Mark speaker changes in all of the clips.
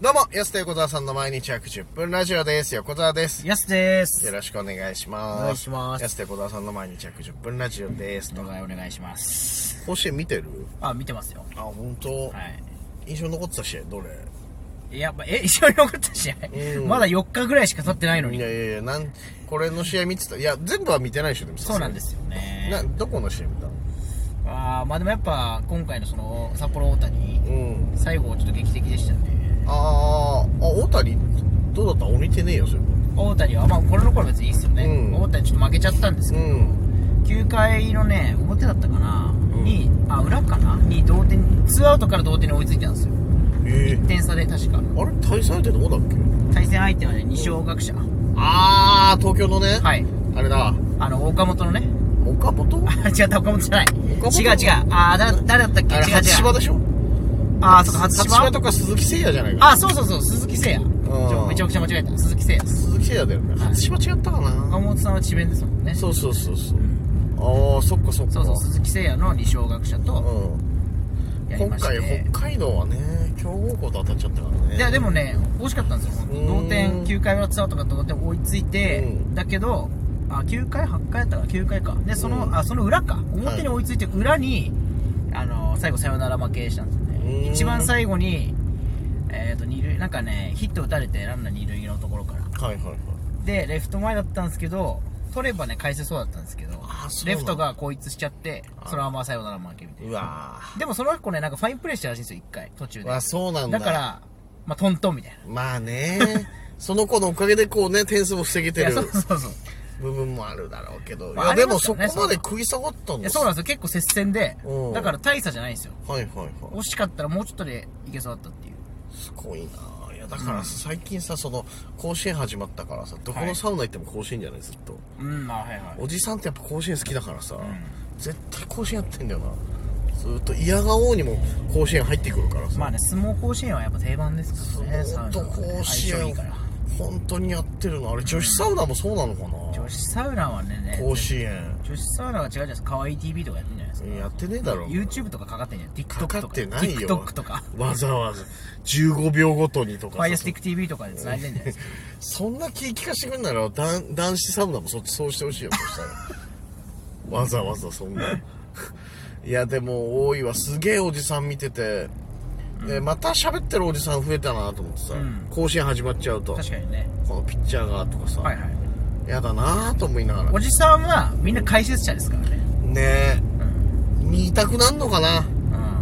Speaker 1: どうも、安田横澤さんの毎日約10分ラジオです。横澤です。
Speaker 2: やすで
Speaker 1: よ
Speaker 2: す。
Speaker 1: ろしくお願いします。
Speaker 2: お願いします
Speaker 1: 安田横澤さんの毎日約10分ラジオです。
Speaker 2: お願いお願いします。
Speaker 1: 甲子園見てる
Speaker 2: あ、見てますよ。
Speaker 1: あ、本当、
Speaker 2: はい。
Speaker 1: 印象残ってた試合どれ
Speaker 2: やっぱ、え、一緒に残った試合、
Speaker 1: うん
Speaker 2: まだ4日ぐらいしか経ってないの
Speaker 1: い
Speaker 2: に。
Speaker 1: やいやいや、なん、これの試合見てた。いや、全部は見てないでしょ、でも
Speaker 2: そうなんですすよね。
Speaker 1: な、どこの試合見たの
Speaker 2: あーまあでもやっぱ、今回のその、札幌大谷、
Speaker 1: うん。
Speaker 2: 最後ちょっと劇的でしたね。
Speaker 1: あー、あ、大谷、どうだった鬼てねえよ、それ。
Speaker 2: 大谷は、まあこれの頃は別にいいっすよね。
Speaker 1: うん
Speaker 2: 大谷ちょっと負けちゃったんです
Speaker 1: う
Speaker 2: けど、
Speaker 1: ん。
Speaker 2: 9回のね、表だったかな、
Speaker 1: ん
Speaker 2: に、あ、裏かなに同点、2アウトから同点に追いついたんですよ。
Speaker 1: え
Speaker 2: 1点差で確か。
Speaker 1: ー、あれ対戦相手どこだっけ
Speaker 2: 対戦相手はね、二小学者。
Speaker 1: あー、東京のね。
Speaker 2: はい。
Speaker 1: あれだ。
Speaker 2: あの、岡本のね、
Speaker 1: 岡本
Speaker 2: あ 違った、岡本じゃない。
Speaker 1: 岡本
Speaker 2: 違う違う。あー、だ、誰だったっけ
Speaker 1: あれ、
Speaker 2: 違う
Speaker 1: 初
Speaker 2: 違
Speaker 1: 芝
Speaker 2: う。
Speaker 1: でしょ
Speaker 2: あー、そうか、初
Speaker 1: 初島
Speaker 2: 島
Speaker 1: とか鈴木誠也じゃないか
Speaker 2: あ、そうそうそう、鈴木誠也。ちょめちゃくちゃ間違えた。鈴木誠也です。
Speaker 1: 鈴木誠也だよね初島違ったかな
Speaker 2: 岡本さんは智弁ですもんね。
Speaker 1: そうそうそうそうああそっかそっか
Speaker 2: そうそう、鈴木誠也の二小学者と
Speaker 1: うん
Speaker 2: やり
Speaker 1: 今
Speaker 2: まし
Speaker 1: 回
Speaker 2: て。
Speaker 1: 北海道はね強豪校と当たっちゃったからね
Speaker 2: いや、でもね、惜しかったんですよ。
Speaker 1: うーん
Speaker 2: 同点、9回裏ツアーとか同点追いついて
Speaker 1: う、ん
Speaker 2: だけど、あ、9回、8回やったから9回か。で、その、
Speaker 1: うん
Speaker 2: あ、その裏か。表に追いついて、裏に、あの、最後サヨナラ負けしたんですよ
Speaker 1: うーん
Speaker 2: ね。一番最後に、えっ、と、二塁、なんかね、ヒット打たれて、ランナー二塁のところから。
Speaker 1: はいはいはい
Speaker 2: で、レフト前だったんですけど、取ればね、返せそうだったんですけど
Speaker 1: あそう、な
Speaker 2: レ
Speaker 1: の
Speaker 2: フトがこいつしちゃって
Speaker 1: あ、
Speaker 2: そのままサヨナラ負けみたいうな。
Speaker 1: わ
Speaker 2: でもその子ね、なんかファインプレーしたらしいんですよ、一回、途中
Speaker 1: ー
Speaker 2: で。
Speaker 1: あそうなんだ
Speaker 2: だから、まあ、トントンみたいな。
Speaker 1: まあね その子のおかげでこうね点数も防げて
Speaker 2: いや
Speaker 1: る
Speaker 2: そうそうそう
Speaker 1: 部分もあるだろうけどい
Speaker 2: まあ
Speaker 1: や
Speaker 2: あり
Speaker 1: でも
Speaker 2: ます
Speaker 1: そ
Speaker 2: よ
Speaker 1: こ
Speaker 2: ね
Speaker 1: まで食い下がったん
Speaker 2: い
Speaker 1: で
Speaker 2: や
Speaker 1: す
Speaker 2: そうなんですよ結構接戦で
Speaker 1: うん
Speaker 2: だから大差じゃないんですよ
Speaker 1: はいはいはい
Speaker 2: 惜しかったらもうちょっとでいけそうだったっていう
Speaker 1: すごいないやだから最近さその甲子園始まったからさどこのサウナ行っても甲子園じゃないずっと
Speaker 2: うんまあはいはい
Speaker 1: おじさんってやっぱ甲子園好きだからさ、
Speaker 2: ん
Speaker 1: 絶対甲子園やってんだよなずっと嫌がおうにも甲子園入ってくるからさ、
Speaker 2: まあね相撲甲子園はやっぱ定番ですからね
Speaker 1: ずっと
Speaker 2: はね
Speaker 1: 甲子
Speaker 2: 相性い
Speaker 1: 園
Speaker 2: いから
Speaker 1: 本当にやってるのあれ女子サウナもそうなのかな
Speaker 2: 女子サウナはね
Speaker 1: 甲子園
Speaker 2: 女子サウナは違うじゃないですか可愛い TV とかやってんじゃないですか
Speaker 1: やってねえだろ
Speaker 2: YouTube とかかかってんじゃん TikTok と
Speaker 1: か
Speaker 2: か
Speaker 1: かってないよ
Speaker 2: TikTok とか
Speaker 1: わざわざ15秒ごとにとかさ
Speaker 2: FirestickTV とかで繋いでんじゃないですか
Speaker 1: そんな気利かしてくんなら男男子サウナもそそうしてほしいよそした らわざわざそんないやでも多いわすげえおじさん見てて、でまた喋ってるおじさん増えたなと思ってさ、
Speaker 2: ん
Speaker 1: 甲子園始まっちゃうと
Speaker 2: 確かにね
Speaker 1: このピッチャーがとかさ、
Speaker 2: はいはい
Speaker 1: やだなと思いながら
Speaker 2: おじさんはみんな解説者ですからね
Speaker 1: ね
Speaker 2: うん
Speaker 1: え見たくなんのかな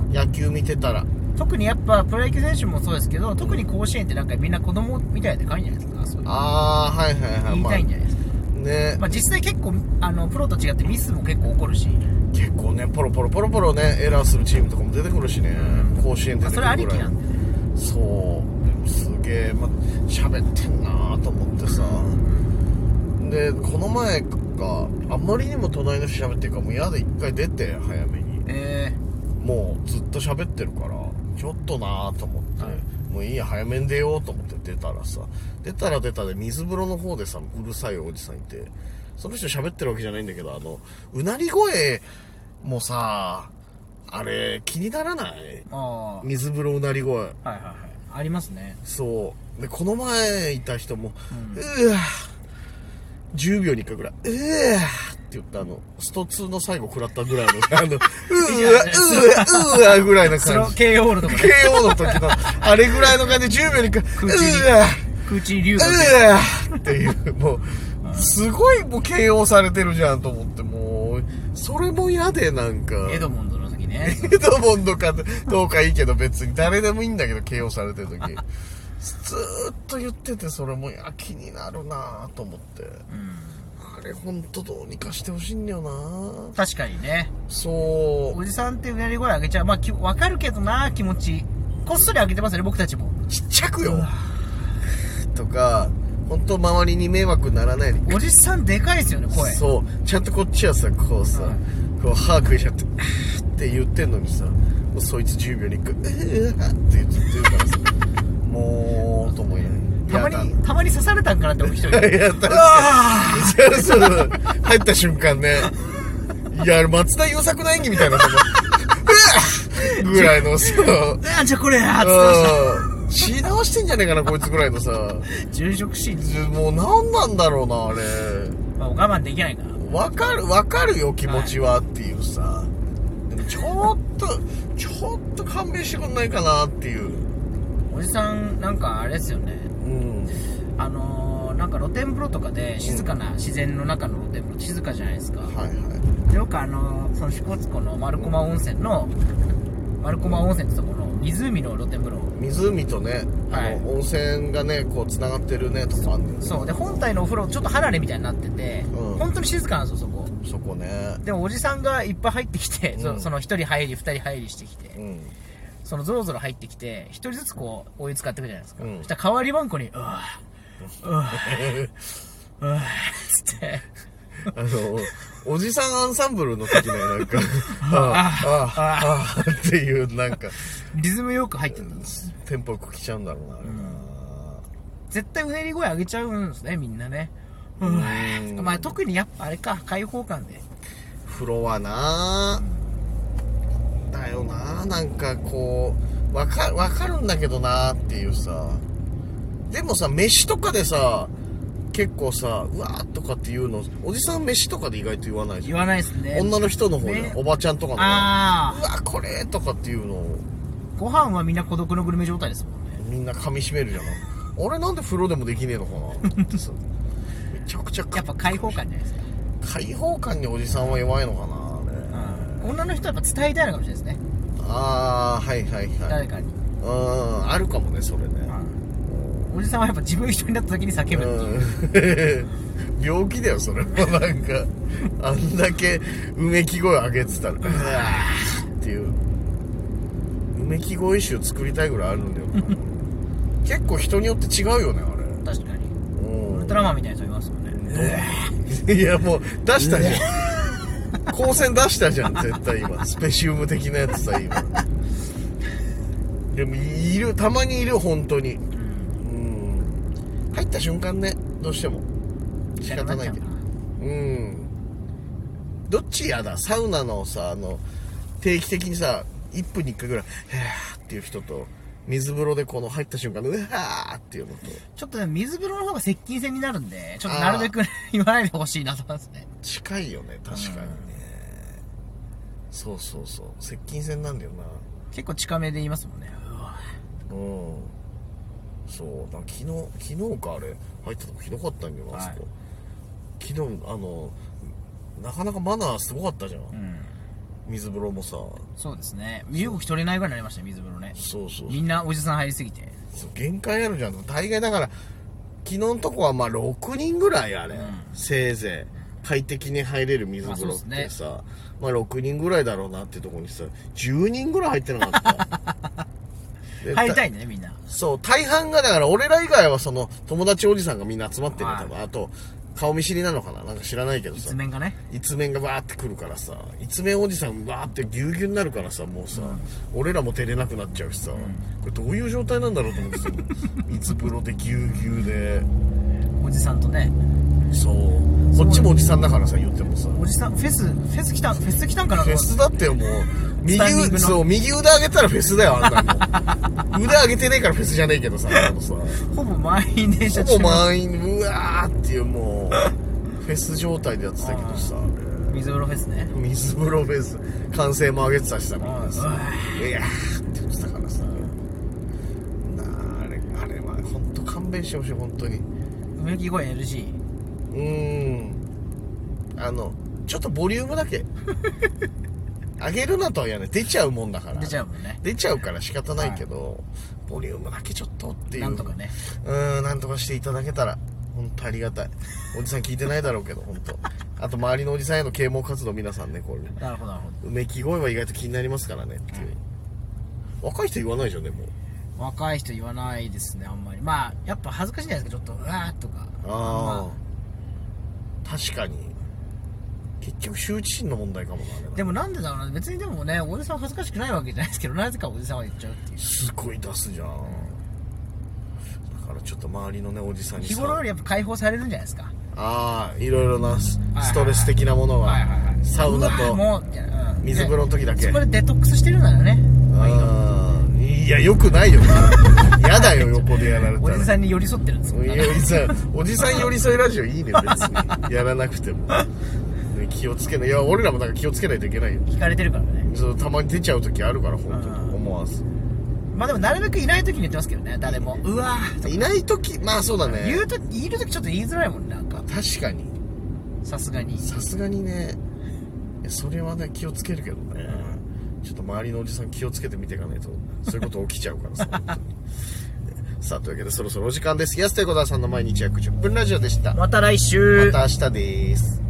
Speaker 2: うん
Speaker 1: 野球見てたら
Speaker 2: 特にやっぱプロ野球選手もそうですけど特に甲子園ってなんかみんな子供みたいで可愛いんじゃないですかそう
Speaker 1: ああはいはいはい
Speaker 2: 言いたいんじ
Speaker 1: ゃ
Speaker 2: ゃないですか、
Speaker 1: ね
Speaker 2: まあ、実際結構あのプロと違ってミスも結構起こるし、
Speaker 1: 結構ねポロポロポロポロねエラーするチームとかも出てくるしね甲子園出
Speaker 2: ま
Speaker 1: てく
Speaker 2: あ、そ
Speaker 1: るぐ
Speaker 2: れ
Speaker 1: ら
Speaker 2: あ
Speaker 1: い
Speaker 2: りきなんでね
Speaker 1: そうすげえま喋ってんなと思ってさでこの前があまりにも隣の人喋ってるからもう嫌で一回出て早めに
Speaker 2: え
Speaker 1: もうずっと喋ってるからちょっとなと思って、もういいや早めに出ようと思って出たらさ出たら出たで水風呂の方でさうるさいおじさんいてその人喋ってるわけじゃないんだけどあのうなり声もさあれ気にならない
Speaker 2: ー、あ
Speaker 1: 水風呂うなり声
Speaker 2: あはいはいはいありますね
Speaker 1: そう。で、この前いた人も、うわ10秒に1回ぐらい、うわって言ったあの、スト2の最後食らったぐ らいの、あの、うわうわうわぐらいな
Speaker 2: それを
Speaker 1: 感じ。
Speaker 2: KO ホールとかね
Speaker 1: KO の時の、あれぐらいの感じで10秒に1回、
Speaker 2: 空中に
Speaker 1: うわ
Speaker 2: 空中に竜が
Speaker 1: うわっていう、もう、すごいもう KO されてるじゃんと思って、もう、それも嫌でなんか。
Speaker 2: エドモンドの時ね
Speaker 1: エドモンドかどうかいいけど別に誰でもいいんだけど KO されてる時ずーっと言っててそれもいや気になるなぁと思って
Speaker 2: うん
Speaker 1: あれほんとどうにかしてほしいんだよなぁ
Speaker 2: 確かにね
Speaker 1: そ
Speaker 2: おじさんってうなり声上げちゃうまあきわかるけどな気持ちこっそり上げてますよね僕たちも
Speaker 1: うちっちゃくよとか本当周りに迷惑ならないように
Speaker 2: おじさんでかいですよね声
Speaker 1: そうちゃんとこっちはさこうさ、
Speaker 2: はい
Speaker 1: こう歯食いちゃって「って言ってんのにさもうそいつ10秒に1回「うわ」って言ってるからさもうと思い
Speaker 2: た
Speaker 1: な
Speaker 2: ま
Speaker 1: いやだ
Speaker 2: にたまに刺されたんかなって僕一人
Speaker 1: いや、確かに。そうそう入った瞬間ね。いや、あれ松田優作の演技みたいなの。う わっぐらいの、そう。
Speaker 2: なんじゃこれやーっつってました
Speaker 1: うん。血だ探してんじゃねえかな、こいつぐらいのさ。
Speaker 2: 住職シーン、
Speaker 1: じゃもう何なんだろうな、あれ。
Speaker 2: まあ、我慢できないから
Speaker 1: わかる、わかるよ、気持ちはっていうさ。でもちょっと、ちょっと勘弁してくんないかなっていう。
Speaker 2: おじさんなんかあれですよね
Speaker 1: うん。
Speaker 2: あのー、なんか露天風呂とかで静かな、自然の中の露天風呂静かじゃないですか
Speaker 1: はいはい。
Speaker 2: よくあのー、その支笏湖の丸駒温泉の丸駒温泉ってところの湖の露天風呂
Speaker 1: 湖とね、
Speaker 2: はい
Speaker 1: あの温泉がねこうつながってるねとこあんねん
Speaker 2: そうで本体のお風呂ちょっと離れみたいになってて、
Speaker 1: うん
Speaker 2: 本当に静かなんですよそこ
Speaker 1: そこね
Speaker 2: でもおじさんがいっぱい入ってきて、
Speaker 1: うん
Speaker 2: そその1人入り2人入りしてきて、
Speaker 1: うん
Speaker 2: そのぞろぞろ入ってきて1人ずつこうお湯使ってくじゃないですか、
Speaker 1: うん
Speaker 2: そしたら代わりばんこに「うわうわうわ」っつって
Speaker 1: あのおじさんアンサンブルの時ねなん かあああああっていうなんか
Speaker 2: リズムよく入ってたんです
Speaker 1: テンポよく来ちゃうんだろうなあれ
Speaker 2: 絶対うねり声上げちゃうんですねみんなねうわ
Speaker 1: うん
Speaker 2: まあ特にやっぱあれか開放感で
Speaker 1: 風呂はなだよななんかこうわかわかるんだけどなっていうさでもさ飯とかでさ結構さうわーとかっていうのおじさん飯とかで意外と言わないじゃん
Speaker 2: 言わないですね
Speaker 1: 女の人の方で、
Speaker 2: ね
Speaker 1: おばちゃんとかの方
Speaker 2: あ
Speaker 1: うわこれとかっていうのを
Speaker 2: あご飯はみんな孤独のグルメ状態ですもんね
Speaker 1: みんな噛みしめるじゃんあれなんで風呂でもできねえのかなってさめちゃくちゃか
Speaker 2: やっぱ開放感じゃないですか、
Speaker 1: 開放感におじさんは弱いのか
Speaker 2: う
Speaker 1: なあれ
Speaker 2: ん、女の人はやっぱ伝えたいのかもしれないですね
Speaker 1: ああはいはいは
Speaker 2: 誰
Speaker 1: い
Speaker 2: かに、
Speaker 1: うんあるかもねそれね
Speaker 2: おじさんはやっぱ自分一人になった時に叫ぶっていう、
Speaker 1: うん 病気だよそれもなんかあんだけうめき声上げてたらうわーっていううめき声集作りたいぐらいあるんだよな 結構人によって違うよねあれ
Speaker 2: 確かに
Speaker 1: うん
Speaker 2: ウルトラマンみたいな人いますもんね、
Speaker 1: いやもう出したじゃん光線出したじゃん絶対今スペシウム的なやつさ今でもいるたまにいる本当にうん入った瞬間ねどうしても仕方ないけどうんどっち嫌だサウナのさあの定期的にさ1分に1回ぐらい「へーっていう人と水風呂でこの入った瞬間の「うわーっていうのと
Speaker 2: ちょっとね水風呂の方が接近戦になるんでちょっとなるべく言わないでほしいなと思いますね
Speaker 1: 近いよね確かにね、そうそうそう接近戦なんだよ
Speaker 2: 結構近めで言いますもんね
Speaker 1: なうんそうだ昨日昨日かあれ入ったとこひどかったんだよなあそこ、昨日あのなかなかマナーすごかったじゃん、
Speaker 2: うん
Speaker 1: 水風呂もさ
Speaker 2: そうですね身動き取れないぐらいになりました水風呂ね
Speaker 1: そうそう
Speaker 2: みんなおじさん入りすぎて
Speaker 1: そう限界あるじゃん大概だから昨日のとこはまあ6人ぐらいあれ、
Speaker 2: ん
Speaker 1: せいぜい快適に入れる水風呂っ
Speaker 2: まあそう
Speaker 1: て
Speaker 2: っす
Speaker 1: さ、まあ6人ぐらいだろうなってとこにさ10人ぐらい入ってなかった で
Speaker 2: 入りたいねみんな
Speaker 1: そう大半がだから俺ら以外はその友達おじさんがみんな集まってるね
Speaker 2: はい
Speaker 1: 多分あと顔見知りなのかななんか知らないけどさ
Speaker 2: 一面がね
Speaker 1: 一面がバーってくるからさ一面おじさんバーってぎゅうぎゅうになるからさもうさ、俺らも出れなくなっちゃうしさ、これどういう状態なんだろうと思って さ水風呂でぎゅうぎゅうで
Speaker 2: おじさんとね
Speaker 1: そうこっちもおじさんだからさ言ってもさ
Speaker 2: おじさんフェスフェス来たフェス来たんかなと
Speaker 1: フ
Speaker 2: 思
Speaker 1: ェ
Speaker 2: って
Speaker 1: スだってよもう右
Speaker 2: スタンディング
Speaker 1: 腕
Speaker 2: の
Speaker 1: そう右腕上げたらフェスだよあんな の腕上げてねえからフェスじゃねえけどさあのさ
Speaker 2: ほぼ満員電車
Speaker 1: ほぼ満員うわーっていうもうフェス状態でやってたけどさあれ
Speaker 2: 水風呂フェスね
Speaker 1: 水風呂フェス歓声も上げてたしさみんなさ「
Speaker 2: う
Speaker 1: いやー」って言ってたからさなああれあれは本当勘弁してほしい本当にう
Speaker 2: うめき声 NG
Speaker 1: ーんあのちょっとボリュームだ け上げるなとは言わない出ちゃうもんだから
Speaker 2: 出ちゃうもんね
Speaker 1: 出ちゃうから仕方ないけど、ボリュームだけちょっとっていう
Speaker 2: なんとかね
Speaker 1: うーんなんとかしていただけたら本当ありがたいおじさん聞いてないだろうけど本当あと周りのおじさんへの啓蒙活動皆さんねこれ
Speaker 2: なるほどなるほ
Speaker 1: うめき声は意外と気になりますからねっていう、若い人言わないじゃんでも
Speaker 2: ど若い人言わないですねあんまりまあやっぱ恥ずかしいじゃないですかちょっとうわーとか
Speaker 1: あ
Speaker 2: ま
Speaker 1: あ確かに結局羞恥心の問題かもなあ
Speaker 2: あ
Speaker 1: れ
Speaker 2: で
Speaker 1: な
Speaker 2: もなんでだろうな別にでもねおじさんは恥ずかしくないわけじゃないですけどなぜかおじさんは言っちゃうっていう
Speaker 1: すごい出すじゃんだからちょっと周りのねおじさんに
Speaker 2: 日
Speaker 1: さ
Speaker 2: 頃よりやっぱ解放されるんじゃないですか
Speaker 1: ああいろいろなス
Speaker 2: はい
Speaker 1: ストレス的なものは,、
Speaker 2: はいはいはい
Speaker 1: サウナ
Speaker 2: うわー
Speaker 1: と
Speaker 2: もうみたいなうん
Speaker 1: 水風呂の時だけ
Speaker 2: そこでデトックスしてるならね
Speaker 1: ああいいいや、よくないよ。嫌だよ、横でやられた
Speaker 2: おじ
Speaker 1: ら。
Speaker 2: さんに寄り添ってるんですもん
Speaker 1: いやおじさん、 おじさん寄り添いラジオいいね、別に。やらなくても。ね気をつけない。いや、俺らもなんか気をつけないといけないよ。
Speaker 2: 聞かれてるからね
Speaker 1: そうたまに出ちゃう時あるから、本当
Speaker 2: うん
Speaker 1: に。思わず。
Speaker 2: まあでもなるべくいない時に言ってますけどね誰もうわー
Speaker 1: いない時、まあそうだね
Speaker 2: 言。うといる時ちょっと言いづらいもんねなんか
Speaker 1: 確かに。
Speaker 2: さすがに
Speaker 1: さすがにね。いやそれはね、気をつけるけどね。ちょっと周りのおじさん気をつけてみていかないと、そういうこと起きちゃうからさ。本当にさあ、というわけでそろそろお時間です。安手小沢さんの毎日約10分ラジオでした。ま
Speaker 2: また来週
Speaker 1: た明日です。